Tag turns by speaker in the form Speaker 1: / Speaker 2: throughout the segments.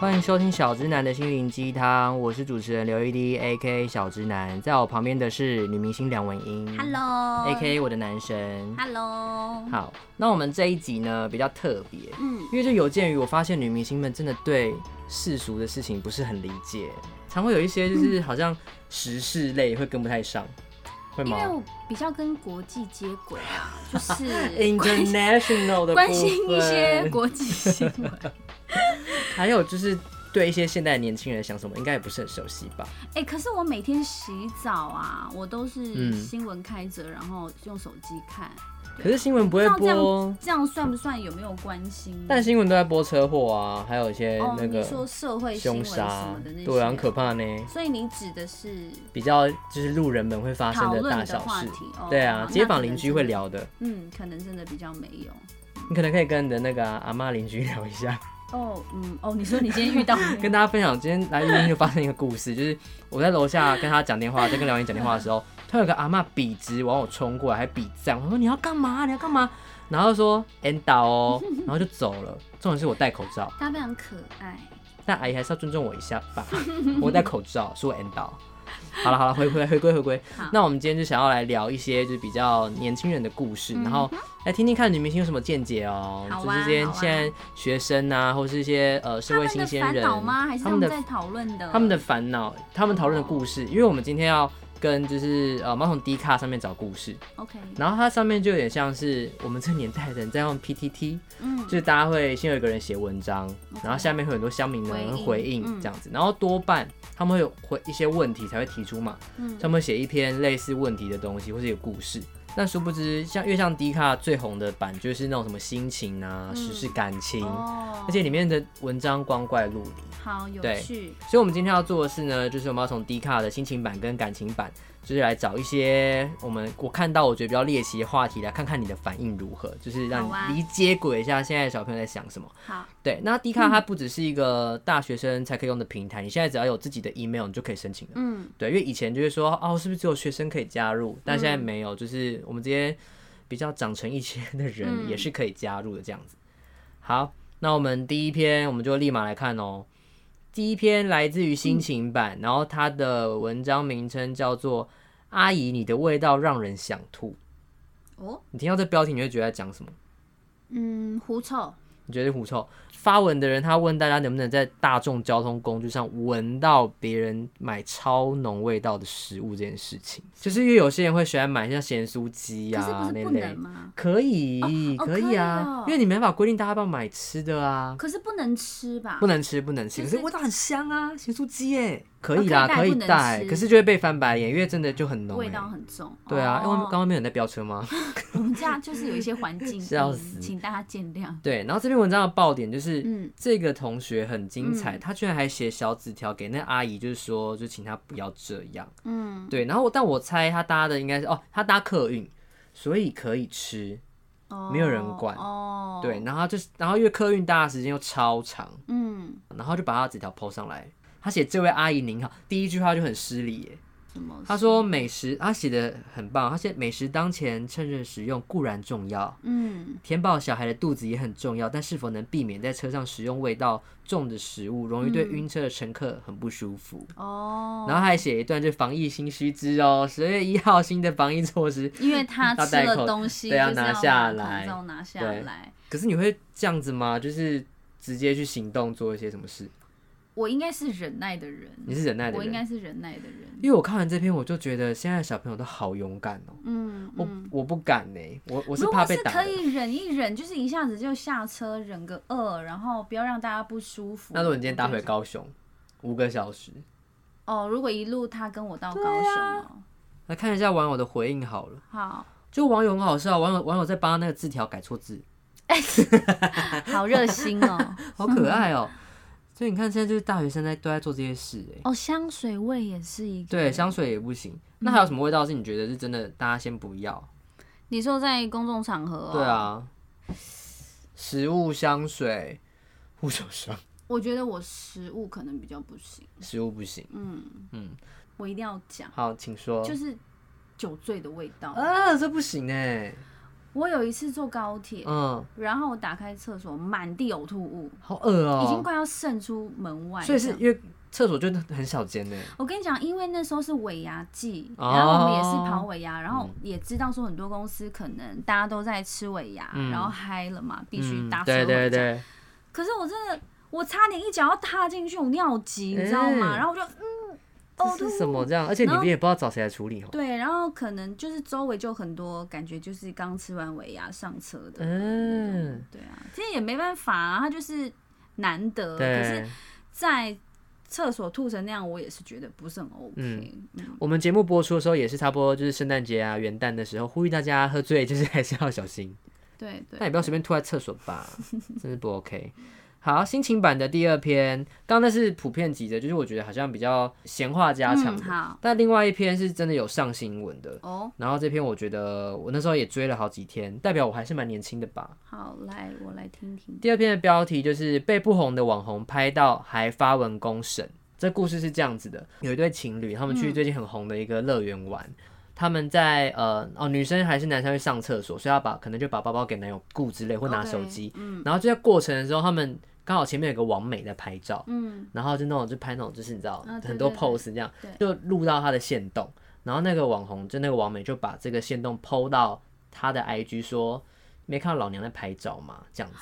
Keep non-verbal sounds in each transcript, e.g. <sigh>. Speaker 1: 欢迎收听小直男的心灵鸡汤，我是主持人刘一滴 a k 小直男，在我旁边的是女明星梁文音
Speaker 2: Hello，
Speaker 1: 嗯 a k 我的男神。
Speaker 2: Hello，
Speaker 1: 好，那我们这一集呢比较特别，
Speaker 2: 嗯，
Speaker 1: 因为就有鉴于我发现女明星们真的对世俗的事情不是很理解，常会有一些
Speaker 2: 嗯
Speaker 1: 就是好像时事类会跟不太上，会
Speaker 2: 因为
Speaker 1: 吗
Speaker 2: 我比较跟国际接轨
Speaker 1: <laughs>
Speaker 2: 啊，就是关心
Speaker 1: ？International 的
Speaker 2: 关
Speaker 1: 部
Speaker 2: 心一些
Speaker 1: 分
Speaker 2: 国际新
Speaker 1: <laughs>
Speaker 2: 闻。
Speaker 1: 还有就是对一些现代年轻人想什么，应该也不是很熟悉吧？
Speaker 2: 哎、可是我每天洗澡啊，我都是
Speaker 1: 嗯
Speaker 2: 新闻开着，然后用手机看。
Speaker 1: 可是新闻不会
Speaker 2: 这样
Speaker 1: 播，哦
Speaker 2: 这样算不算有没有关心？
Speaker 1: 但新闻都在播车祸啊，还有一些
Speaker 2: 哦，
Speaker 1: 那
Speaker 2: 你
Speaker 1: 个
Speaker 2: 说社会新
Speaker 1: 凶
Speaker 2: 闻什
Speaker 1: 杀
Speaker 2: 么的那，些，
Speaker 1: 对啊，很可怕呢。
Speaker 2: 所以你指的是，
Speaker 1: 比较就是路人们会发生
Speaker 2: 讨
Speaker 1: 的
Speaker 2: 论
Speaker 1: 大
Speaker 2: 的
Speaker 1: 小
Speaker 2: 话
Speaker 1: 事
Speaker 2: 题哦，
Speaker 1: 对
Speaker 2: 好
Speaker 1: 啊，
Speaker 2: 那
Speaker 1: 街
Speaker 2: 可
Speaker 1: 坊
Speaker 2: 能
Speaker 1: 邻居
Speaker 2: 真
Speaker 1: 会
Speaker 2: 的
Speaker 1: 聊的。
Speaker 2: 嗯，可能真的比较没有。
Speaker 1: 你可能可以跟你的那个啊阿妈邻居聊一
Speaker 2: <laughs>
Speaker 1: 下，
Speaker 2: 哦，嗯，哦，你说你今天
Speaker 1: <laughs>
Speaker 2: 遇到没有
Speaker 1: 跟大家分享今天来录音就发生一个故事，就是我在楼下跟他讲电话，在跟梁云讲电话的时候，他有个阿妈笔直往我冲过来，还比赞，我说你要干嘛？你要干嘛？然后说 end 到哦，然后就走了。重点是我戴口罩，
Speaker 2: 他非常可爱。
Speaker 1: 但阿姨还是要尊重我一下吧， <laughs> 我戴口罩，是我 end 到。好了好了，回回回归回归
Speaker 2: 好。
Speaker 1: 那我们今天就想要来聊一些就是比较年轻人的故事，然后来听听看女明星有什么见解哦、
Speaker 2: 嗯好啊
Speaker 1: 就是这些
Speaker 2: 好啊
Speaker 1: 现在学生啊，或是一些呃社
Speaker 2: 他
Speaker 1: 会
Speaker 2: 们
Speaker 1: 新
Speaker 2: 的
Speaker 1: 鲜
Speaker 2: 烦
Speaker 1: 人，
Speaker 2: 恼吗？还是
Speaker 1: 他
Speaker 2: 他
Speaker 1: 们
Speaker 2: 们
Speaker 1: 的
Speaker 2: 在哦讨论的？
Speaker 1: 他们的烦恼，他们讨论的故事，因为我们今天要跟就是呃，我们要从 D 卡上面找故事，
Speaker 2: OK，
Speaker 1: 然后它上面就有点像是我们这年代的人在用 PTT，
Speaker 2: 嗯
Speaker 1: 就是大家会先有一个人写文章，然后下面会有很多乡民呢
Speaker 2: 回应
Speaker 1: 会回应
Speaker 2: 嗯
Speaker 1: 这样子，然后多半他们会有回一些问题才会提出嘛，
Speaker 2: 嗯
Speaker 1: 他们会写一篇类似问题的东西或是有故事。但殊不知，像越像 D 卡最红的版就是那种什么心情啊、
Speaker 2: 嗯
Speaker 1: 时事感情，
Speaker 2: 哦，
Speaker 1: 而且里面的文章光怪陆离。
Speaker 2: 好有
Speaker 1: 对
Speaker 2: 趣，
Speaker 1: 所以，我们今天要做的事呢，就是我们要从 D 卡的心情版跟感情版，就是来找一些我们我看到我觉得比较猎奇的话题，来看看你的反应如何，就是让
Speaker 2: 好啊
Speaker 1: 你离接轨一下现在的小朋友在想什么。
Speaker 2: 好
Speaker 1: 对，那 D 卡它不只是一个大学生才可以用的平台，你现在只要有自己的 email，你就可以申请了。
Speaker 2: 嗯
Speaker 1: 对，因为以前就是说，哦，是不是只有学生可以加入？但现在没有，就是我们这些比较长成一些的人
Speaker 2: 嗯
Speaker 1: 也是可以加入的这样子。好，那我们第一篇我们就立马来看哦。第一篇来自于心情版，然后它的文章名称叫做《阿姨，你的味道让人想吐》。
Speaker 2: 哦
Speaker 1: 你听到这标题，你会觉得在讲什么？
Speaker 2: 嗯狐臭
Speaker 1: 你觉得是狐臭？发文的人他问大家能不能在大众交通工具上闻到别人买超浓味道的食物这件事情，就是因为有些人会喜欢买像咸酥鸡
Speaker 2: 可是
Speaker 1: 啊
Speaker 2: 不是
Speaker 1: 那
Speaker 2: 不
Speaker 1: 类
Speaker 2: 能，吗？
Speaker 1: 可以、
Speaker 2: 哦
Speaker 1: 可
Speaker 2: 可
Speaker 1: 以
Speaker 2: 以
Speaker 1: 啊
Speaker 2: 哦，
Speaker 1: 因为你没办法规定大家要不要买吃的啊，
Speaker 2: 可是不能吃吧？
Speaker 1: 不能吃不能吃，
Speaker 2: 就
Speaker 1: 可
Speaker 2: 是
Speaker 1: 是味道很香啊，咸酥鸡耶，可
Speaker 2: 哦
Speaker 1: 以啦，
Speaker 2: 可
Speaker 1: 可
Speaker 2: 以带
Speaker 1: 以
Speaker 2: 不能
Speaker 1: 带，
Speaker 2: 吃
Speaker 1: 可是就会被翻白眼，因为真的就很浓
Speaker 2: 味
Speaker 1: 耶
Speaker 2: 道很重。
Speaker 1: 欸对啊，因为刚
Speaker 2: 哦
Speaker 1: 刚没有人在飙车吗？
Speaker 2: <laughs>
Speaker 1: <laughs>
Speaker 2: 我们家就是有一些环境
Speaker 1: 笑
Speaker 2: 音
Speaker 1: 死
Speaker 2: 请大家见谅。
Speaker 1: 对，然后这篇文章的爆点
Speaker 2: <laughs>
Speaker 1: 就是，
Speaker 2: 嗯
Speaker 1: 这个同学很精彩，他居然还写小纸条给那阿姨，就是说，就请她不要这样。
Speaker 2: 嗯
Speaker 1: 对，然后但我猜他搭的应该是哦，他搭客运，所以可以吃。
Speaker 2: 哦，
Speaker 1: 没有人管
Speaker 2: 哦，
Speaker 1: 对，，然后他就是，然后因为客运搭的时间又超长，
Speaker 2: 嗯，
Speaker 1: 然后就把他的纸条抛上来。他写这位阿姨您好，第一句话就很失礼耶。
Speaker 2: 什么？
Speaker 1: 他说美食，他写的很棒，他写美食当前趁热食用固然重要，
Speaker 2: 嗯
Speaker 1: 填饱小孩的肚子也很重要，但是否能避免在车上食用味道重的食物，容易
Speaker 2: 嗯
Speaker 1: 对晕车的乘客很不舒服。
Speaker 2: 哦，
Speaker 1: 然后还写一段，就防疫新须知哦，十月一号新的防疫措施。
Speaker 2: 因为他
Speaker 1: 要
Speaker 2: 吃
Speaker 1: 戴口
Speaker 2: 了东西，
Speaker 1: 对要
Speaker 2: 就是
Speaker 1: 拿
Speaker 2: 把
Speaker 1: 下
Speaker 2: 口
Speaker 1: 来
Speaker 2: 罩拿下
Speaker 1: 对
Speaker 2: 来。
Speaker 1: 可是你会这样子吗？就是直接去行动做一些什么事？
Speaker 2: 我应该是忍耐的人，
Speaker 1: 你是忍耐的
Speaker 2: 我应
Speaker 1: 人，
Speaker 2: 该是忍耐的人。
Speaker 1: 因为我看完这篇，我就觉得现在的小朋友都好勇敢哦。
Speaker 2: 嗯，
Speaker 1: 我我不敢呢、我我是
Speaker 2: 如
Speaker 1: 怕
Speaker 2: 果
Speaker 1: 被
Speaker 2: 是
Speaker 1: 打
Speaker 2: 可
Speaker 1: 的。
Speaker 2: 以忍一忍，就是一下子就下车忍个饿，然后不要让大家不舒服。
Speaker 1: 那如果你今天搭
Speaker 2: 我
Speaker 1: 回
Speaker 2: 觉得
Speaker 1: 高雄，五个小时，
Speaker 2: 哦，如果一路他跟我到高雄哦，
Speaker 1: 来看一下网友的回应好了。
Speaker 2: <laughs> 好
Speaker 1: 就网友很好笑，网友网友在帮他那个字条改错字，
Speaker 2: 好热心哦。
Speaker 1: <laughs> 好可爱哦、所以你看，现在就是大学生在都在做这些事、哎，
Speaker 2: <laughs> 哦，香水味也是一个。
Speaker 1: 对，香水也不行。那还有什么味道是你觉得是真的？大家先不要。
Speaker 2: 你说在公众场合、哦，
Speaker 1: 对，啊，食物香水、护手霜， <laughs>
Speaker 2: 我觉得我食物可能比较不行，嗯
Speaker 1: 食物不行。嗯
Speaker 2: 我一定要讲，
Speaker 1: 哦好，请说。
Speaker 2: 就是酒醉的味道。
Speaker 1: 啊，这不行哎、
Speaker 2: 我有一次坐高铁，
Speaker 1: 嗯，
Speaker 2: 然后我打开厕所，满地呕吐物，
Speaker 1: 好恶哦、
Speaker 2: 已经快要渗出门外。
Speaker 1: 所以是因为厕所就很小间呢，欸
Speaker 2: 我跟你讲，因为那时候是尾牙季，
Speaker 1: 哦
Speaker 2: 然后我们也是跑尾牙，然后也知道说很多公司可能大家都在吃尾牙，
Speaker 1: 嗯
Speaker 2: 然后嗨了嘛，必须
Speaker 1: 嗯
Speaker 2: 搭车
Speaker 1: 对
Speaker 2: 回家。
Speaker 1: 对对，
Speaker 2: 可是我真的，我差点一脚要踏进去，我尿急，你知道吗？
Speaker 1: 哎
Speaker 2: 然后我就嗯，
Speaker 1: 这
Speaker 2: 呕吐
Speaker 1: 是什么这样？而且你
Speaker 2: 然后
Speaker 1: 们也不知道找谁来处理哦。
Speaker 2: 对，然后可能就是周围就很多感觉就是刚吃完尾牙上车的，
Speaker 1: 嗯，
Speaker 2: 对啊，其实也没办法啊，他就是难得，可是
Speaker 1: 对，
Speaker 2: 在厕所吐成那样，我也是觉得不是很 OK，嗯
Speaker 1: 嗯我们节目播出的时候也是差不多，就是圣诞节啊、元旦的时候，呼吁大家喝醉就是还是要小心，
Speaker 2: 对对
Speaker 1: 但也不要随便吐在厕所吧， <laughs> 真是不 OK。好，心情版的第二篇，刚刚那是普遍级的，就是我觉得好像比较闲话家常
Speaker 2: 嗯
Speaker 1: 的，
Speaker 2: 好
Speaker 1: 但另外一篇是真的有上新闻的。
Speaker 2: 哦，
Speaker 1: 然后这篇我觉得我那时候也追了好几天，代表我还是蛮年轻的吧。
Speaker 2: 好，来我来听听，
Speaker 1: 第二篇的标题就是被不红的网红拍到还发文公审。这故事是这样子的：有一对情侣，他们去最近很红的一个乐园玩。他们在呃哦，女生还是男生去上厕所，所以要把可能就把包包给男友顾之类，或拿手机。
Speaker 2: 嗯
Speaker 1: 然后就在过程的时候，他们刚好前面有个网美在拍照，
Speaker 2: 嗯，
Speaker 1: 然后就那种就拍那种就是你知道、
Speaker 2: 啊对
Speaker 1: 很多
Speaker 2: 对对
Speaker 1: pose 这样，
Speaker 2: 对
Speaker 1: 就录到他的线动，然后那个网红就那个网美就把这个线动 PO 到他的 IG 说，没看到老娘在拍照吗？这样子，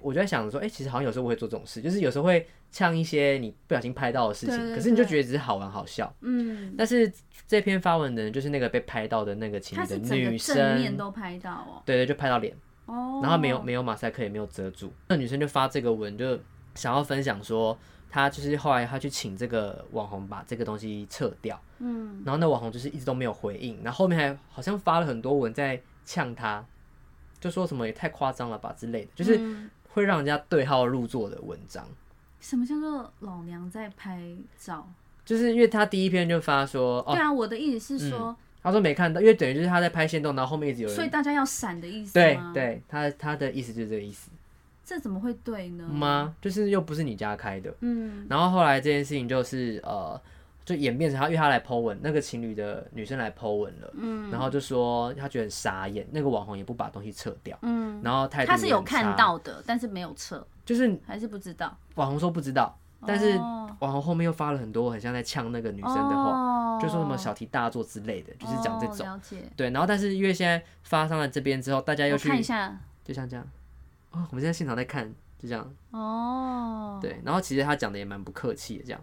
Speaker 1: 我就在想说，哎、其实好像有时候我会做这种事，就是有时候会呛一些你不小心拍到的事情，
Speaker 2: 对对
Speaker 1: 可是你就
Speaker 2: 对
Speaker 1: 觉得只是好玩好笑。
Speaker 2: 嗯，
Speaker 1: 但是这篇发文的人就是那个被拍到的那个情
Speaker 2: 他
Speaker 1: 侣的
Speaker 2: 是整
Speaker 1: 女
Speaker 2: 个正面
Speaker 1: 生，
Speaker 2: 都拍到哦，
Speaker 1: 对对，就拍到脸。
Speaker 2: 哦，
Speaker 1: 然后没有没有马赛克，也没有遮住。那女生就发这个文，就想要分享说，她就是后来她去请这个网红把这个东西撤掉，
Speaker 2: 嗯，
Speaker 1: 然后那网红就是一直都没有回应，然后后面还好像发了很多文在呛她，就说什么也太夸张了吧之类的，就是
Speaker 2: 嗯
Speaker 1: 会让人家对号入座的文章。
Speaker 2: 什么叫做老娘在拍照？
Speaker 1: 就是因为她第一篇就发说，哦
Speaker 2: 对，啊，我的意思是说，
Speaker 1: 她说没看到，因为等于就是她在拍线动，然后后面一直有
Speaker 2: 所以
Speaker 1: 人。
Speaker 2: 大家要闪的意思
Speaker 1: 对
Speaker 2: 吗，
Speaker 1: 对，她她的意思就是这个意思
Speaker 2: 这怎么会对呢？
Speaker 1: 吗？就是又不是你家开的，
Speaker 2: 嗯，
Speaker 1: 然后后来这件事情就是呃，就演变成他因为他来 Po 文，那个情侣的女生来 Po 文了，
Speaker 2: 嗯，
Speaker 1: 然后就说他觉得很傻眼，那个网红也不把东西撤掉，
Speaker 2: 嗯，
Speaker 1: 然后态度
Speaker 2: 他是
Speaker 1: 也
Speaker 2: 有
Speaker 1: 很
Speaker 2: 看
Speaker 1: 差，
Speaker 2: 到的，但是没有撤，
Speaker 1: 就是
Speaker 2: 还是不知道。
Speaker 1: 网红说不知道，但是
Speaker 2: 哦
Speaker 1: 网红后面又发了很多很像在呛那个女生的话，
Speaker 2: 哦、
Speaker 1: 就说什么小题大做之类的，就是讲这种。
Speaker 2: 哦、了解。
Speaker 1: 对，然后但是因为现在发上了这边之后，大家又
Speaker 2: 我
Speaker 1: 去
Speaker 2: 看一下
Speaker 1: 就像这样，哦，我们现在现场在看，就这样，
Speaker 2: 哦，，
Speaker 1: 对，然后其实他讲的也蛮不客气的，这样，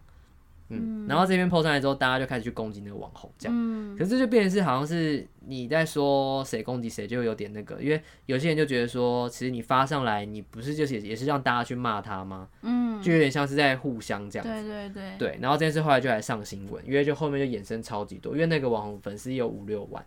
Speaker 1: 嗯，
Speaker 2: 嗯
Speaker 1: 然后这边 PO 上来之后，大家就开始去攻击那个网红，这样，
Speaker 2: 嗯
Speaker 1: 可是这就变成是好像是你在说谁攻击谁，就有点那个，因为有些人就觉得说，其实你发上来，你不是就是也也是让大家去骂他吗？
Speaker 2: 嗯，
Speaker 1: 就有点像是在互相这样。
Speaker 2: 对对对，
Speaker 1: 对，然后这件事后来就来上新闻，因为就后面就衍生超级多，因为那个网红粉丝也有五六万，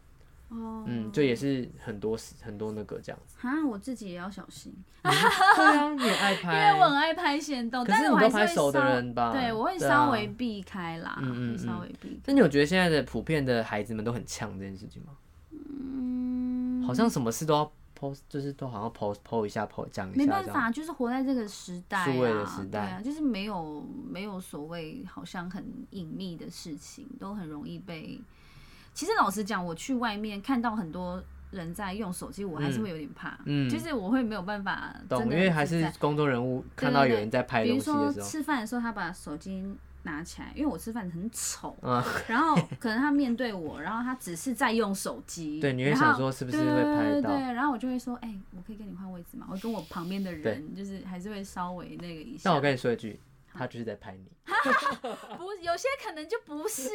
Speaker 2: 哦，
Speaker 1: 嗯，就也是很多很多那个这样
Speaker 2: <laughs>
Speaker 1: 子。
Speaker 2: 啊，我自己也要小心，
Speaker 1: 对啊，你也爱
Speaker 2: <laughs> 因
Speaker 1: 拍，
Speaker 2: 为我很爱拍线动，
Speaker 1: 可
Speaker 2: 但
Speaker 1: 是你
Speaker 2: 我还
Speaker 1: 都
Speaker 2: 是
Speaker 1: 拍
Speaker 2: 会
Speaker 1: 手的
Speaker 2: 稍
Speaker 1: 人吧？
Speaker 2: 对，我会
Speaker 1: 对
Speaker 2: 稍
Speaker 1: 啊
Speaker 2: 微避开啦，
Speaker 1: 嗯嗯
Speaker 2: 会稍
Speaker 1: 嗯
Speaker 2: 微避开。
Speaker 1: 那你有觉得现在的普遍的孩子们都很呛这件事情吗？
Speaker 2: 嗯，
Speaker 1: 好像什么事都要 post，就是都好像 post post 一下 post 讲一
Speaker 2: 没
Speaker 1: 下
Speaker 2: 办
Speaker 1: 这样。
Speaker 2: 法，就是活在这个时代、啊，
Speaker 1: 数位的时代
Speaker 2: 对啊，就是没有没有所谓好像很隐秘的事情，都很容易被。其实老实讲，我去外面看到很多人在用手机，我还是会有点怕，
Speaker 1: 嗯
Speaker 2: 就是我会没有办法真的
Speaker 1: 懂，
Speaker 2: 很
Speaker 1: 因为还
Speaker 2: 自
Speaker 1: 是
Speaker 2: 在
Speaker 1: 公众人物看
Speaker 2: 对
Speaker 1: 到
Speaker 2: 对
Speaker 1: 有
Speaker 2: 对
Speaker 1: 人在拍
Speaker 2: 比
Speaker 1: 东
Speaker 2: 如
Speaker 1: 西的
Speaker 2: 说
Speaker 1: 时候，
Speaker 2: 吃饭的时候，他把手机拿起来，因为我吃饭很丑，
Speaker 1: 啊，
Speaker 2: 然后可能他面对我，然后他只是在用手机，
Speaker 1: 对你会
Speaker 2: 然
Speaker 1: 想
Speaker 2: 后
Speaker 1: 说是不是
Speaker 2: 对
Speaker 1: 会拍到
Speaker 2: 对对对，然后我就会说，哎、我可以跟你换位置吗？我跟我旁边的人就是还是会稍微那个一下。
Speaker 1: 那我跟你说一句，他就是在拍你。
Speaker 2: 不，有些可能就不是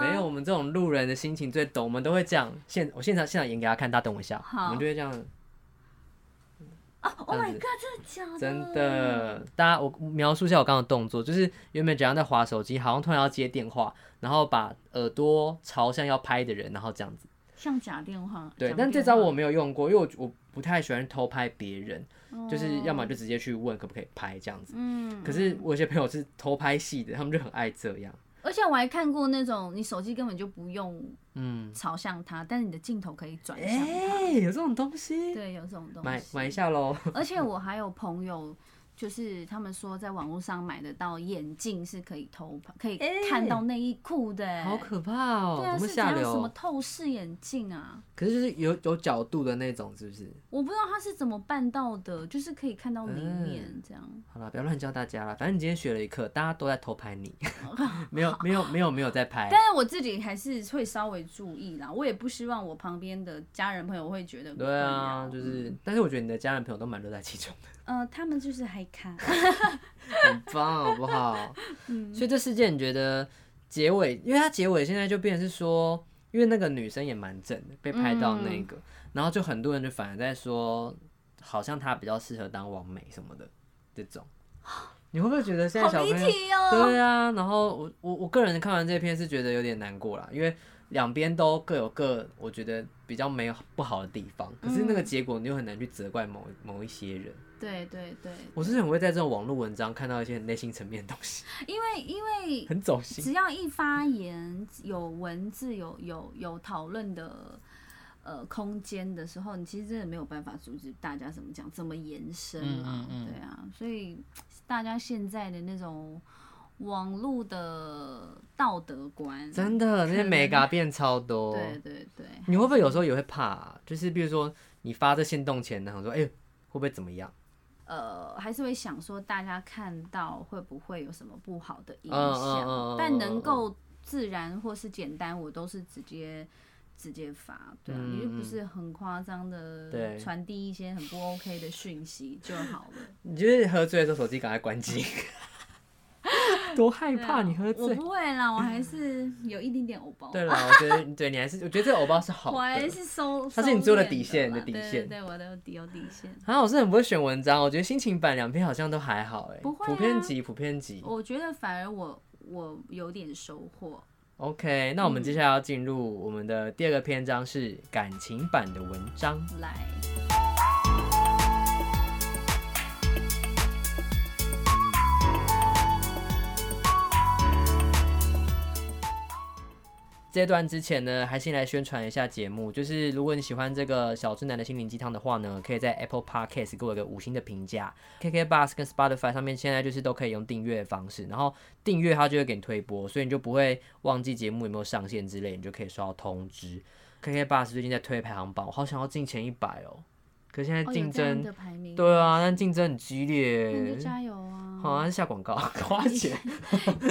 Speaker 1: <laughs> 没有，。我们这种路人的心情最懂，我们都会这样。现我现场现场演给他看，大家等我一下，
Speaker 2: 好
Speaker 1: 我们就会这样，
Speaker 2: 啊、
Speaker 1: 这
Speaker 2: o h
Speaker 1: 样
Speaker 2: my
Speaker 1: 子
Speaker 2: god，真的假的？
Speaker 1: 真。的。大家我描述一下我刚刚的动作，就是原本假装在划手机，好像突然要接电话，然后把耳朵朝向要拍的人，然后这样子。
Speaker 2: 像假电话。
Speaker 1: 对
Speaker 2: 讲，
Speaker 1: 但这
Speaker 2: 电
Speaker 1: 招
Speaker 2: 话
Speaker 1: 我没有用过，因为我我不太喜欢偷拍别人，就是要么
Speaker 2: 哦
Speaker 1: 就直接去问可不可以拍这样子。
Speaker 2: 嗯。
Speaker 1: 可是我有些朋友是偷拍戏的，他们就很爱这样。
Speaker 2: 而且我还看过那种，你手机根本就不用
Speaker 1: 嗯，
Speaker 2: 朝向它，但是你的镜头可以转向它。
Speaker 1: 哎、有这种东西，
Speaker 2: 对，有这种东
Speaker 1: 买
Speaker 2: 西。
Speaker 1: 买一下喽。
Speaker 2: 而且我还有朋友，就是他们说在网络上买得到眼镜是可以偷拍，可以
Speaker 1: 哎
Speaker 2: 看到内衣裤的、欸，
Speaker 1: 好可怕哦、
Speaker 2: 对啊，
Speaker 1: 怎么
Speaker 2: 是怎
Speaker 1: 下
Speaker 2: 样什么
Speaker 1: 流？
Speaker 2: 透视眼镜啊？
Speaker 1: 可是就是有有角度的那种，是不是？
Speaker 2: 我不知道他是怎么办到的，就是可以看到里
Speaker 1: 嗯
Speaker 2: 面这样。
Speaker 1: 好啦，不要乱教大家啦。反正你今天学了一课，大家都在偷拍
Speaker 2: <laughs>
Speaker 1: 你，没有没有没有没有在拍。
Speaker 2: 但是我自己还是会稍微注意啦，我也不希望我旁边的家人朋友会觉得困扰
Speaker 1: 对啊，
Speaker 2: 嗯
Speaker 1: 就是，但是我觉得你的家人朋友都蛮乐在其中的，
Speaker 2: 呃，他们就是嗨咖，
Speaker 1: 很棒，好不
Speaker 2: <laughs>
Speaker 1: 好？
Speaker 2: 嗯
Speaker 1: 所以这事件你觉得结尾，因为它结尾现在就变成是说，因为那个女生也蛮正的，被拍到
Speaker 2: 嗯
Speaker 1: 那个，然后就很多人就反而在说，好像她比较适合当王美什么的这
Speaker 2: <gasps>
Speaker 1: 种，你会不会觉得现在
Speaker 2: 好
Speaker 1: 小
Speaker 2: 离
Speaker 1: 朋友？
Speaker 2: 题哦、
Speaker 1: 对啊，然后我我我个人看完这篇是觉得有点难过啦，因为两边都各有各我觉得比较没有不好的地方，可是那
Speaker 2: 嗯
Speaker 1: 个结果你又很难去责怪某某一些人。
Speaker 2: 对对对，
Speaker 1: 我是很会在这种网络文章看到一些很内心层面的东西，
Speaker 2: 因为因为
Speaker 1: 很走
Speaker 2: <laughs>
Speaker 1: 心。
Speaker 2: 只要一发言有文字有有有讨论的呃空间的时候，你其实真的没有办法阻止大家怎么讲怎么延伸啊，
Speaker 1: 嗯嗯嗯
Speaker 2: 对啊，所以大家现在的那种网络的道德观，
Speaker 1: 真的，哦那些
Speaker 2: 能
Speaker 1: 美嘎变超多。
Speaker 2: 对对对，
Speaker 1: 你会不会有时候也会怕啊、就是比如说你发这限动前，然后说，哎、会不会怎么样？
Speaker 2: 呃，还是会想说大家看到会不会有什么不好的
Speaker 1: 嗯
Speaker 2: 影
Speaker 1: 嗯嗯嗯
Speaker 2: 响，
Speaker 1: 嗯
Speaker 2: 但能
Speaker 1: 嗯
Speaker 2: 够自然或是简单，我都是直接直接发，对啊，你就
Speaker 1: 嗯嗯
Speaker 2: 不是很夸张的
Speaker 1: 对
Speaker 2: 传递一些很不 OK 的讯息就好了。
Speaker 1: 你就是喝醉的时候手机赶快关
Speaker 2: <laughs>
Speaker 1: 机，多害 <laughs>
Speaker 2: 对啊
Speaker 1: 怕你喝醉嗯
Speaker 2: 我。不会啦，我还是有一点点偶包，
Speaker 1: 对了，我觉得 <laughs> 对你还是，我觉得这个偶包是好
Speaker 2: 我还
Speaker 1: 的。
Speaker 2: 是收，
Speaker 1: 它是你做的
Speaker 2: 收敛
Speaker 1: 底线
Speaker 2: 啦
Speaker 1: 你的底
Speaker 2: 对对
Speaker 1: 线
Speaker 2: 对，我的有底有底线。
Speaker 1: 啊，我是很不会选文章，我觉得心情版两篇好像都还好哎、
Speaker 2: 不会啊
Speaker 1: 普遍级，普遍级。
Speaker 2: 我觉得反而我我有点收获，
Speaker 1: OK，那我
Speaker 2: 嗯
Speaker 1: 们接下来要进入我们的第二个篇章是感情版的文章。
Speaker 2: 来，
Speaker 1: 这段之前呢，还先来宣传一下节目，就是如果你喜欢这个小直男的心灵鸡汤的话呢，可以在 Apple Podcast 给我一个五星的评价，KK Bus 跟 Spotify 上面现在就是都可以用订阅的方式，然后订阅它就会给你推播，所以你就不会忘记节目有没有上线之类，你就可以收到通知。KK Bus 最近在推排行榜，我好想要进前一百哦，可现在
Speaker 2: 哦有
Speaker 1: 竞
Speaker 2: 这样
Speaker 1: 争、
Speaker 2: 的排名，
Speaker 1: 对啊，但竞争很激
Speaker 2: 那你
Speaker 1: 烈
Speaker 2: 就，加油啊！
Speaker 1: 好像下广告 <laughs> 花钱。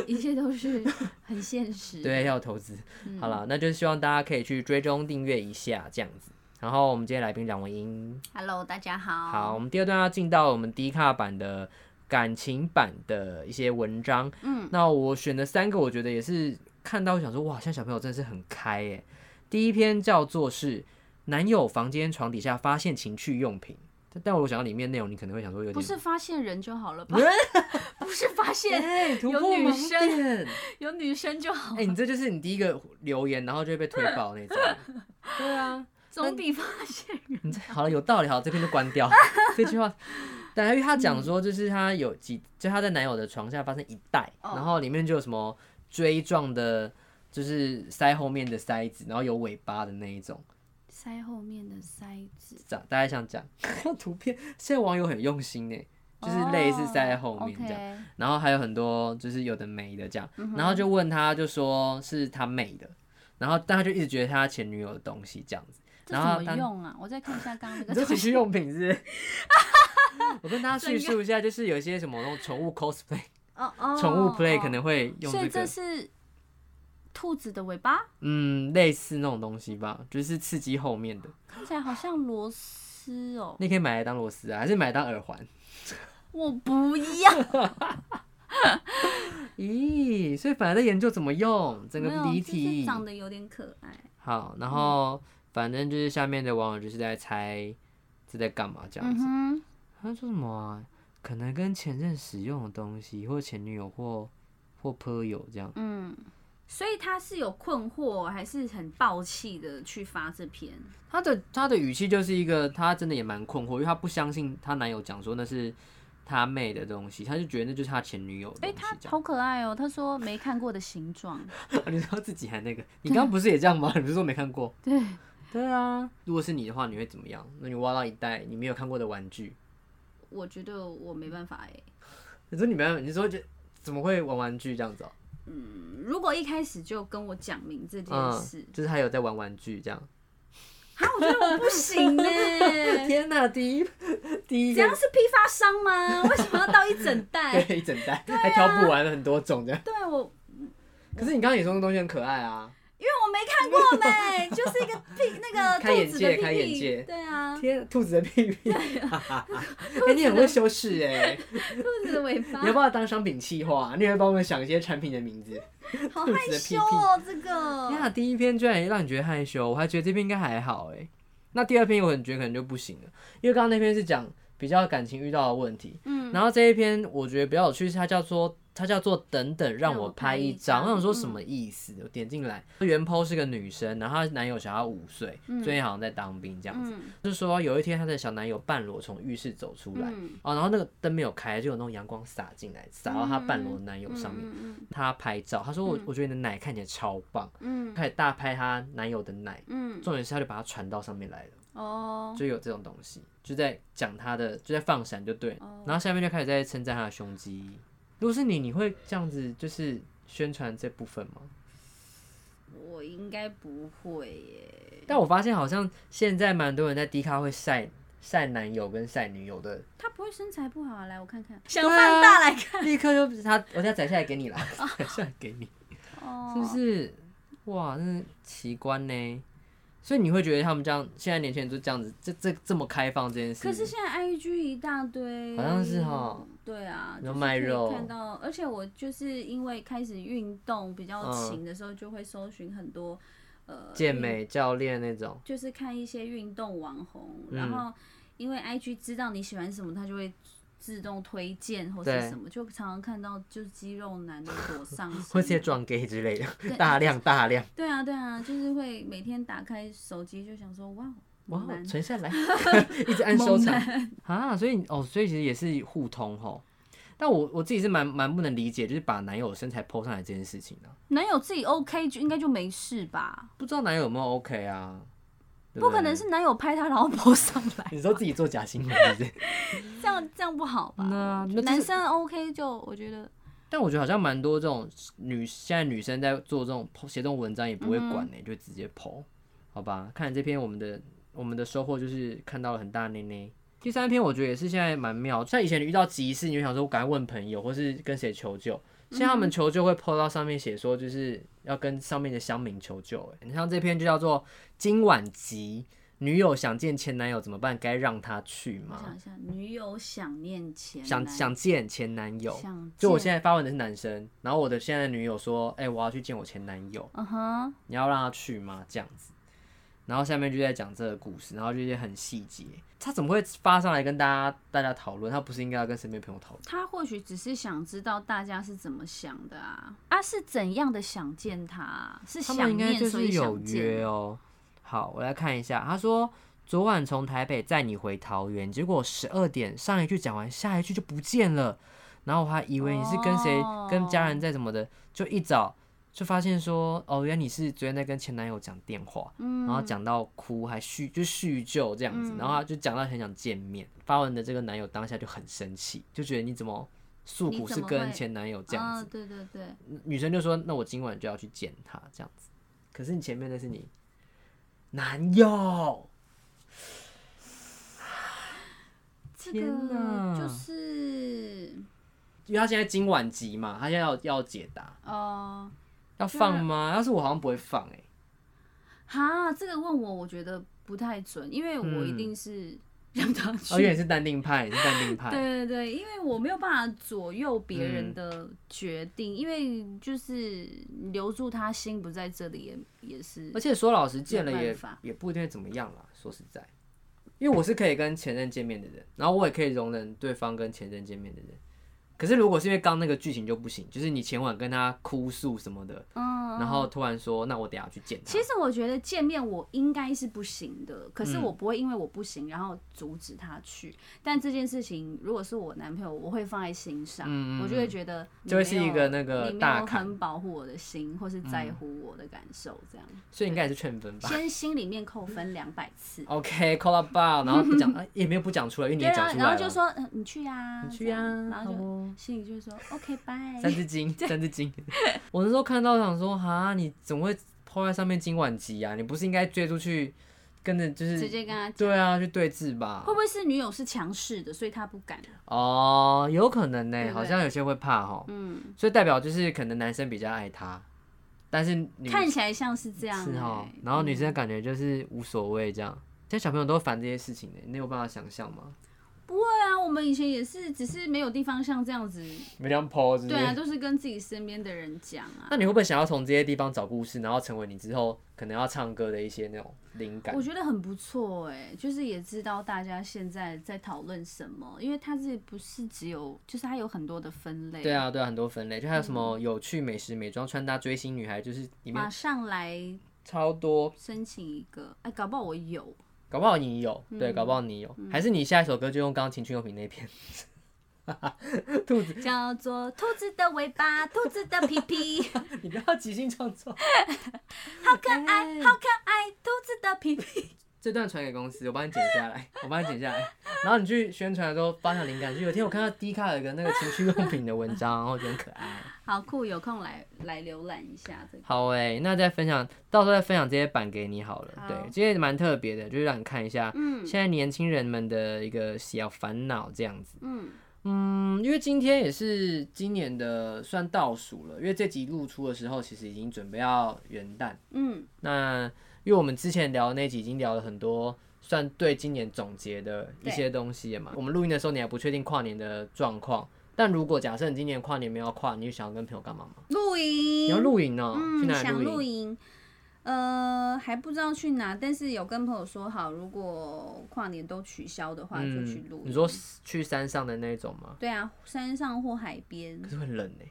Speaker 2: 一切都是很现实。，
Speaker 1: 对，要有投资。
Speaker 2: 嗯
Speaker 1: 好了，那就是希望大家可以去追踪订阅一下这样子。然后我们今天来宾蒋文英，
Speaker 2: ，Hello，大家好。
Speaker 1: 好，我们第二段要进到我们低卡版的感情版的一些文章。嗯，那我选的三个，我觉得也是看到我想说，哇，现在小朋友真的是很开耶。第一篇叫做是男友房间床底下发现情趣用品，但但我想到里面内容，你可能会想说有点嗯
Speaker 2: 不是发现人就好了吧？不是发现
Speaker 1: 哎突
Speaker 2: 有
Speaker 1: 破
Speaker 2: 女
Speaker 1: 盲
Speaker 2: 生
Speaker 1: 点
Speaker 2: 有女生就好
Speaker 1: 哎、，你这就是你第一个留言，然后就会被推爆那
Speaker 2: <laughs>
Speaker 1: 种。对啊，
Speaker 2: 总比发现人
Speaker 1: 你这 <laughs> 好了，有道理，好，这边就关掉这句话。但因为他讲说，就是他有几，就他在男友的床下发生一袋，
Speaker 2: 哦
Speaker 1: 然后里面就有什么锥状的，就是塞后面的塞子，然后有尾巴的那一种。
Speaker 2: 腮后面的腮子，
Speaker 1: 这样 <laughs> 大家想讲图片，现在网友很用心呢，就是
Speaker 2: 哦
Speaker 1: 类似塞在后面这样。
Speaker 2: 样。
Speaker 1: 然后还有很多就是有的没的这样，然后就问他，就说是他妹的，然后但他就一直觉得他前女友的东西这样子，
Speaker 2: 这
Speaker 1: 然后
Speaker 2: 怎
Speaker 1: 他
Speaker 2: 么用啊？我再看一下刚刚
Speaker 1: 你
Speaker 2: 那
Speaker 1: 这
Speaker 2: 个
Speaker 1: 情
Speaker 2: 东
Speaker 1: 趣
Speaker 2: 西。
Speaker 1: 用品是不是？ <laughs> 我跟大家叙述一下，就是有一些什么那种宠物 cosplay、
Speaker 2: 哦哦
Speaker 1: 宠物 play
Speaker 2: 哦
Speaker 1: 可能会用
Speaker 2: 所
Speaker 1: 这
Speaker 2: 以这
Speaker 1: 个，
Speaker 2: 是兔子的尾巴，
Speaker 1: 嗯，类似那种东西吧，就是刺激后面的，
Speaker 2: 看起来好像螺丝哦。
Speaker 1: 你可以买来当螺丝啊，还是买来当耳环？
Speaker 2: 我不要，
Speaker 1: 咦，所以本来在研究怎么用，整
Speaker 2: 没
Speaker 1: 个
Speaker 2: 有
Speaker 1: 离
Speaker 2: 就是
Speaker 1: 题。
Speaker 2: 长得有点可爱。
Speaker 1: 好，然后反正就是下面的网友就是在猜这在干嘛这样子。
Speaker 2: 嗯哼，
Speaker 1: 他说什么啊？可能跟前任使用的东西，或前女友或或朋友这样。
Speaker 2: 嗯，所以他是有困惑，还是很暴气的去发这篇？
Speaker 1: 他的他的语气就是一个，他真的也蛮困惑，因为他不相信她男友讲说那是他妹的东西，他就觉得那就是他前女友的东
Speaker 2: 哎、
Speaker 1: 西
Speaker 2: 他
Speaker 1: 这样。 <laughs>
Speaker 2: 好可爱哦、他说没看过的形状，
Speaker 1: 你说自己还那个，你刚刚不是也这样吗？你不是说没看过？
Speaker 2: <laughs> 对，
Speaker 1: 对啊，如果是你的话，你会怎么样？那你挖到一袋你没有看过的玩具，
Speaker 2: 我觉得我没办法哎、
Speaker 1: 你说你们，你说就怎么会玩玩具这样子哦、
Speaker 2: 嗯如果一开始就跟我讲明这件事，
Speaker 1: 嗯，就是他有在玩玩具这样。
Speaker 2: 啊、我觉得我不行呢、
Speaker 1: <laughs> 天哪，第一第一
Speaker 2: 这
Speaker 1: 个
Speaker 2: 样是批发商吗？为什么要到一整
Speaker 1: <laughs>
Speaker 2: 袋？
Speaker 1: 对一整袋，啊还挑不完很多种这样。
Speaker 2: 对我，
Speaker 1: 可是你刚刚也说那东西很可爱啊！
Speaker 2: 因为我没看过
Speaker 1: <laughs>
Speaker 2: 没，就是一个屁那个
Speaker 1: 开眼
Speaker 2: 兔子的
Speaker 1: 界开眼
Speaker 2: 屁
Speaker 1: 界
Speaker 2: 屁，对
Speaker 1: <laughs>
Speaker 2: 啊，
Speaker 1: 天，兔子的屁屁， <laughs> 哎，你很会修饰哎，
Speaker 2: 兔子的尾巴
Speaker 1: 你要，不要当商品企划？你也帮我们想一些产品的名字。
Speaker 2: 好
Speaker 1: 兔子的
Speaker 2: 害
Speaker 1: 屁
Speaker 2: 羞哦，这个
Speaker 1: 天啊，第一篇居然让你觉得害羞，我还觉得这篇应该还好哎。那第二篇我很觉得可能就不行了，因为刚刚那篇是讲比较感情遇到的问题，
Speaker 2: 嗯，
Speaker 1: 然后这一篇我觉得比较有趣，是它叫做它叫做等等让
Speaker 2: 让
Speaker 1: 我
Speaker 2: 我
Speaker 1: 拍
Speaker 2: 拍
Speaker 1: 一
Speaker 2: 一
Speaker 1: 张，我
Speaker 2: 张
Speaker 1: 想说什么意思？我点进来，原 po 是个女生，然后她男友小她五岁，
Speaker 2: 嗯
Speaker 1: 最近好像在当兵这样子，
Speaker 2: 嗯
Speaker 1: 就是说有一天她的小男友半裸从浴室走出来，
Speaker 2: 嗯
Speaker 1: 哦，然后那个灯没有开，就有那种阳光洒进来，洒到她半裸的男友上面，
Speaker 2: 嗯
Speaker 1: 她拍照，她说我
Speaker 2: 嗯
Speaker 1: 我觉得你的奶看起来超棒，
Speaker 2: 嗯嗯
Speaker 1: 开始大拍她男友的奶，
Speaker 2: 嗯
Speaker 1: 重点是她就把它传到上面来了。
Speaker 2: 哦
Speaker 1: 就有这种东西，就在讲他的，就在放闪，就对了。
Speaker 2: 哦
Speaker 1: 然后下面就开始在称赞他的胸肌。如果是你，你会这样子就是宣传这部分吗？
Speaker 2: 我应该不会耶，
Speaker 1: 但我发现好像现在蛮多人在 D 咖会晒晒男友跟晒女友的，
Speaker 2: 他不会身材不好啊，来我看看，
Speaker 1: 对啊
Speaker 2: 想放大来
Speaker 1: <laughs>
Speaker 2: 看，
Speaker 1: 立刻就他，我现在载下来给
Speaker 2: <laughs>
Speaker 1: 你啦，载下来给你，
Speaker 2: 哦
Speaker 1: 是不是？哇，真是奇观呢。所以你会觉得他们这样，现在年轻人就这样子，这这这么开放这件事，
Speaker 2: 可是现在 IG 一大堆，
Speaker 1: 好像是哈
Speaker 2: 对啊，
Speaker 1: 有
Speaker 2: 就是
Speaker 1: 卖
Speaker 2: 可以
Speaker 1: 肉
Speaker 2: 看到，而且我就是因为开始运动比较勤的时候，就会搜寻很多、呃
Speaker 1: 健
Speaker 2: 运
Speaker 1: 美教练那种，
Speaker 2: 就是看一些运动网红，
Speaker 1: 嗯
Speaker 2: 然后因为 IG 知道你喜欢什么，它就会自动推荐或
Speaker 1: 对
Speaker 2: 是什么，就常常看到就是肌肉男的裸上
Speaker 1: <laughs>
Speaker 2: 身，
Speaker 1: 或些壮 gay 之类的，
Speaker 2: 对
Speaker 1: <laughs> 大
Speaker 2: <laughs>
Speaker 1: 量大量。
Speaker 2: 对啊对啊，就是会每天打开手机就想说哇，哦
Speaker 1: 哇哦
Speaker 2: 猛，男
Speaker 1: 存下
Speaker 2: <laughs>
Speaker 1: 来， <laughs> 一直按收藏 <laughs> 啊！所以哦，所以其实也是互通吼。但我我自己是蛮蛮不能理解，就是把男友的身材 PO 上来这件事情的、啊
Speaker 2: 男友自己 OK 就应该就没事吧？
Speaker 1: 不知道男友有没有 OK 啊？对
Speaker 2: 不
Speaker 1: 对
Speaker 2: 可能是男友拍他然后 p <laughs> 上来，
Speaker 1: 你说自己做假新闻是不是？
Speaker 2: 这样这样不好吧？
Speaker 1: 那那
Speaker 2: 男
Speaker 1: 这是
Speaker 2: 生 OK 就我觉得，
Speaker 1: 但我觉得好像蛮多这种女现在女生在做这种 po- 写这种文章也不会管
Speaker 2: 嗯
Speaker 1: 呢、就直接 PO，好吧？看这篇我们的我们的收获就是看到了很大的内内。第三篇我觉得也是现在蛮妙，像以前你遇到急事，你就想说我赶快问朋友，或是跟谁求救。现在他
Speaker 2: 嗯
Speaker 1: 们求救会 PO 到上面写说，就是要跟上面的乡民求救、欸。你像这篇就叫做“今晚急，女友想见前男友怎么办？该让他去
Speaker 2: 我想
Speaker 1: 吗
Speaker 2: 一下，女友想念前？”
Speaker 1: 想
Speaker 2: 男
Speaker 1: 想见前男友，
Speaker 2: 想
Speaker 1: 就我
Speaker 2: 见
Speaker 1: 现在发文的是男生，然后我的现在的女友说：“哎、我要去见我前男友，
Speaker 2: 嗯哼，
Speaker 1: 你要让他去吗？”这样子，然后下面就在讲这个故事，然后就一些很细节。他怎么会发上来跟大家大家讨论？他不是应该要跟身边朋友讨论？
Speaker 2: 他或许只是想知道大家是怎么想的啊，啊是怎样的想见他啊、是
Speaker 1: 他
Speaker 2: 想
Speaker 1: 们应该
Speaker 2: 念
Speaker 1: 就
Speaker 2: 所
Speaker 1: 是
Speaker 2: 以
Speaker 1: 有
Speaker 2: 想
Speaker 1: 约
Speaker 2: 见。
Speaker 1: 哦。好，我来看一下，他说昨晚从台北载你回桃园，结果十二点上一句讲完，下一句就不见了，然后我还以为你是跟谁、
Speaker 2: 哦
Speaker 1: 跟家人在怎么的，就一早就发现说，哦，原来你是昨天在跟前男友讲电话，
Speaker 2: 嗯
Speaker 1: 然后讲到哭，还叙就叙旧这样子，然后他就讲到很想见面，发文的这个男友当下就很生气，就觉得你怎么诉
Speaker 2: 你
Speaker 1: 苦
Speaker 2: 怎
Speaker 1: 是
Speaker 2: 么
Speaker 1: 跟
Speaker 2: 会
Speaker 1: 前男友这样子
Speaker 2: 啊，。对对对，
Speaker 1: 女生就说：“那我今晚就要去见他，这样子。”可是你前面那是你男友，
Speaker 2: 这
Speaker 1: 天
Speaker 2: 个
Speaker 1: 哪
Speaker 2: 就是
Speaker 1: 因为他现在今晚急嘛，他现在要要解答，啊
Speaker 2: 哦，
Speaker 1: 要放吗？要是我好像不会放哎、
Speaker 2: 哈，这个问我我觉得不太准，因为我一定是 <laughs> 让他
Speaker 1: 嗯哦，因为
Speaker 2: 去。
Speaker 1: 你是淡定派，你是淡定派，
Speaker 2: 对对对，因为我没有办法左右别
Speaker 1: 嗯
Speaker 2: 人的决定，因为就是留住他心不在这里也也是
Speaker 1: 而且说老实，见了
Speaker 2: 没
Speaker 1: 也
Speaker 2: 办法
Speaker 1: 也不一定会怎么样啦。说实在，因为我是可以跟前任见面的人，然后我也可以容忍对方跟前任见面的人。可是如果是因为刚那个剧情就不行，就是你前晚跟他哭诉什么的，
Speaker 2: 嗯，
Speaker 1: 然后突然说那我等下去见他
Speaker 2: 其，实我觉得见面我应该是不行的，可
Speaker 1: 嗯
Speaker 2: 是我不会因为我不行然后阻止他去。但这件事情如果是我男朋友，我会放在心上，
Speaker 1: 嗯嗯嗯
Speaker 2: 我就会觉得你
Speaker 1: 就会是一个那
Speaker 2: 没有
Speaker 1: 个
Speaker 2: 你没
Speaker 1: 大
Speaker 2: 有
Speaker 1: 坎，嗯
Speaker 2: 很保护我的心，或是在乎我的感受，这样、
Speaker 1: 所以应该也是劝分吧。
Speaker 2: 先心里面扣分两百次，
Speaker 1: OK，call up bar，然后不
Speaker 2: <laughs>
Speaker 1: 讲，哎也没有不讲出来，因为你
Speaker 2: 对
Speaker 1: 也
Speaker 2: 啊
Speaker 1: 讲，出
Speaker 2: 然
Speaker 1: 来
Speaker 2: 后就
Speaker 1: 了。
Speaker 2: 说、嗯你去呀、
Speaker 1: <laughs> 你去
Speaker 2: 这
Speaker 1: 呀、
Speaker 2: 样
Speaker 1: 啊，
Speaker 2: 然
Speaker 1: 好
Speaker 2: 后就哎
Speaker 1: 哦
Speaker 2: 心里就说 OK 拜，
Speaker 1: 三字
Speaker 2: <laughs>
Speaker 1: 经，三字经。我那时候看到想说，哈，你怎么会抛在上面今晚集啊？你不是应该追出去，跟着就
Speaker 2: 直
Speaker 1: 是
Speaker 2: 接跟他讲。
Speaker 1: 对啊，去对峙吧
Speaker 2: 会？不会是女友是强势的，所以他不敢？
Speaker 1: 哦，有可能呢、
Speaker 2: 对不对
Speaker 1: 好像有些会怕哈，
Speaker 2: 嗯，
Speaker 1: 所以代表就是可能男生比较爱她，但是女
Speaker 2: 看起来像是这样、欸。嗯
Speaker 1: 是哈，然后女生感觉就是无所谓这样。现在小朋友都会烦这些事情的、你有办法想象吗？ <laughs>
Speaker 2: 不会啊，我们以前也是，只是没有地方像这样子。
Speaker 1: 没人抛，
Speaker 2: 对啊，都是跟自己身边的人讲啊。
Speaker 1: 那你会不会想要从这些地方找故事，然后成为你之后可能要唱歌的一些那种灵感
Speaker 2: 我？觉得很不错哎、就是也知道大家现在在讨论什么，因为它这不是只有，就是它有很多的分类。
Speaker 1: 对，啊，对啊，很多分类，就还有什么有趣、美食、美妆、穿搭、追星、女孩，就是里面
Speaker 2: 马上来
Speaker 1: 超多。
Speaker 2: 申请一个，哎、搞不好我有，
Speaker 1: 搞不好你有，对，搞不好你有，还是你下一首歌就用刚刚情趣用品那篇。
Speaker 2: 叫做兔子的尾巴，兔子的屁屁，好
Speaker 1: <laughs> 你不要即兴创作。
Speaker 2: 可
Speaker 1: 哎
Speaker 2: 爱，好可爱，兔子的屁屁。
Speaker 1: 这段传给公司，我帮你剪下来， <laughs> 我帮你剪下来。然后你去宣传的时候发想灵感，就有一天我看到 D 卡有一个那个情趣用品的文章，然后我觉得很可爱。
Speaker 2: 好酷，有空来来浏览一下这个。
Speaker 1: 好诶、那再分享，到时候再分享这些版给你好了。
Speaker 2: 好
Speaker 1: 对，这些蛮特别的，就是让你看一下
Speaker 2: 嗯
Speaker 1: 现在年轻人们的一个小烦恼这样子。
Speaker 2: 嗯，
Speaker 1: 嗯，因为今天也是今年的算倒数了，因为这集露出的时候，其实已经准备要元旦。
Speaker 2: 嗯，
Speaker 1: 那因为我们之前聊的那集已经聊了很多，算对今年总结的一些东西了嘛。我们录音的时候你还不确定跨年的状况，但如果假设你今年跨年没有跨，你就想要跟朋友干嘛吗？
Speaker 2: 露营
Speaker 1: 你要露营哦、去
Speaker 2: 嗯，
Speaker 1: 哪
Speaker 2: 想
Speaker 1: 里
Speaker 2: 露
Speaker 1: 露营？
Speaker 2: 营，呃，还不知道去哪，但是有跟朋友说好，如果跨年都取消的话，就去露营。
Speaker 1: 嗯你说去山上的那种吗？
Speaker 2: 对啊，山上或海边
Speaker 1: 可，是会很冷哎、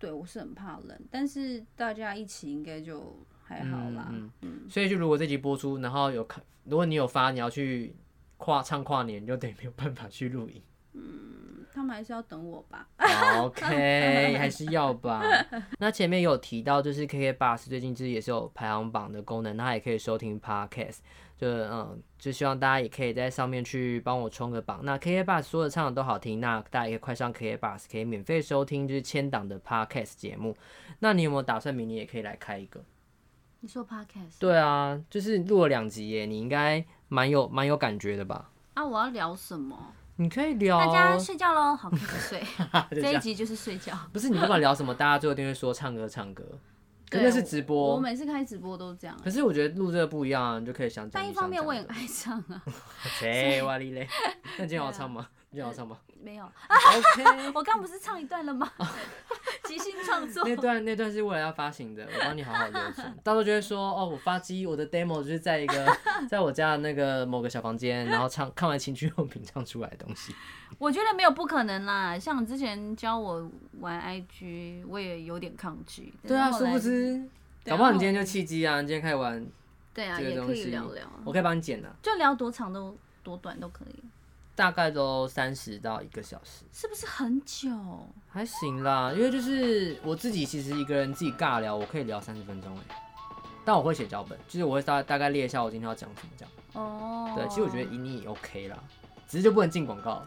Speaker 2: 对我是很怕冷，但是大家一起应该就还好啦。
Speaker 1: 嗯
Speaker 2: 嗯
Speaker 1: 所以就如果这集播出，然后有看，如果你有发你要去跨唱跨年，你就等于没有办法去露营。
Speaker 2: 他们还是要等我吧。
Speaker 1: OK，还是要吧。那前面有提到，就是 KK Bus 最近就是也是有排行榜的功能，那它也可以收听 Podcast，就嗯，就希望大家也可以在上面去帮我冲个榜。那 KK Bus 说的唱的都好听，那大家也可以快上 KK Bus，可以免费收听就是千档的 Podcast 节目。那你有没有打算明年也可以来开一个？
Speaker 2: 你说 podcast
Speaker 1: 对啊，就是录了两集耶，你应该蛮有蛮有感觉的吧？
Speaker 2: 啊，我要聊什么？
Speaker 1: 你可以聊，
Speaker 2: 大家睡觉喽，好，开始睡。
Speaker 1: <laughs> 就
Speaker 2: 这
Speaker 1: 样
Speaker 2: 一集就是睡觉。
Speaker 1: 不是你不管聊什么，大家最后一定会说唱歌唱歌，可
Speaker 2: 对
Speaker 1: 那是直
Speaker 2: 我
Speaker 1: 播。
Speaker 2: 每次开直播都这样。
Speaker 1: 可是我觉得录这个不一样啊，你就可以想讲
Speaker 2: 但
Speaker 1: 你
Speaker 2: 一
Speaker 1: 想讲的。
Speaker 2: 方面我也 <laughs> 很爱唱啊，
Speaker 1: 切哇哩嘞，那今天我要唱吗？今天我要唱吗
Speaker 2: 没有，
Speaker 1: ？OK， <laughs>
Speaker 2: 我刚不是唱一段了吗？即兴创作，
Speaker 1: 那段那段是为了要发行的，我帮你好好留存。到时候就会说哦，我发机我的 demo 就是在一个 <laughs> 在我家的那个某个小房间，然后唱看完情趣用品唱出来的东西。
Speaker 2: 我觉得没有不可能啦。像你之前教我玩 IG，我也有点抗拒。
Speaker 1: 对啊，
Speaker 2: 但
Speaker 1: 殊
Speaker 2: 是后
Speaker 1: 不
Speaker 2: 来
Speaker 1: 知，
Speaker 2: 对
Speaker 1: 搞
Speaker 2: 啊
Speaker 1: 不好你今天就契机啊，你今天开始玩
Speaker 2: 对啊，
Speaker 1: 这个
Speaker 2: 也
Speaker 1: 东
Speaker 2: 可
Speaker 1: 西
Speaker 2: 以聊聊，
Speaker 1: 我可以帮你剪了、
Speaker 2: 就聊多长都多短都可以，
Speaker 1: 大概都三十到一个小时。
Speaker 2: 是不是很久？
Speaker 1: 还行啦，因为就是我自己其实一个人自己尬聊，我可以聊三十分钟哎、但我会写脚本，就是我会大大概列一下我今天要讲什么这样。
Speaker 2: 哦，
Speaker 1: 对，其实我觉得盈利也 OK 啦，只是就不能进广告，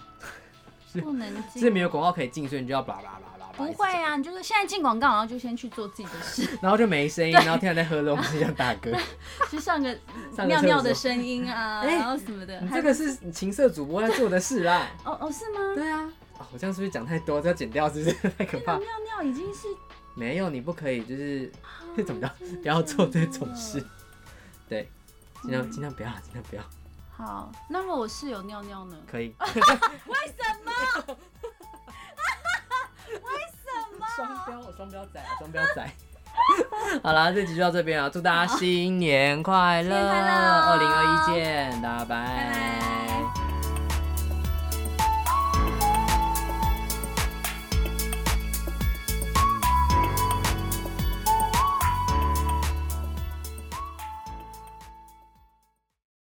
Speaker 2: 不能
Speaker 1: 就
Speaker 2: 进
Speaker 1: 是没有广告可以进，所以你就要叭叭叭叭叭。
Speaker 2: 不会，啊，你就是现在进广告，然后就先去做自己的
Speaker 1: <laughs>
Speaker 2: 事，
Speaker 1: 然后就没声音，然后听到在喝东西像大 <laughs> 哥。
Speaker 2: 去上个
Speaker 1: 上个
Speaker 2: 尿尿的
Speaker 1: 厕所
Speaker 2: 声音啊，
Speaker 1: 哎
Speaker 2: 然后什么的
Speaker 1: 你。
Speaker 2: 还
Speaker 1: 这个是你情色主播在做的事啦。
Speaker 2: 哦哦是吗？
Speaker 1: <laughs> 对啊，哦我这样是不是讲太多？这要剪掉是不是 <laughs> 太可怕？
Speaker 2: 尿尿已经
Speaker 1: <laughs>
Speaker 2: 是
Speaker 1: 没有，你不可以，就是这种不要
Speaker 2: 真的
Speaker 1: 不要做这
Speaker 2: 假
Speaker 1: 种
Speaker 2: 的
Speaker 1: 事。对，尽量尽量不要，尽量不要。
Speaker 2: 好，那如果我室友尿尿呢？
Speaker 1: 可 <laughs> 以。为什么？为什么？双标，我双标仔，我双标仔。好啦，这集就到这边啊！祝大家新年快乐，
Speaker 2: 新年快乐
Speaker 1: 二零二一见，大家拜
Speaker 2: 拜拜。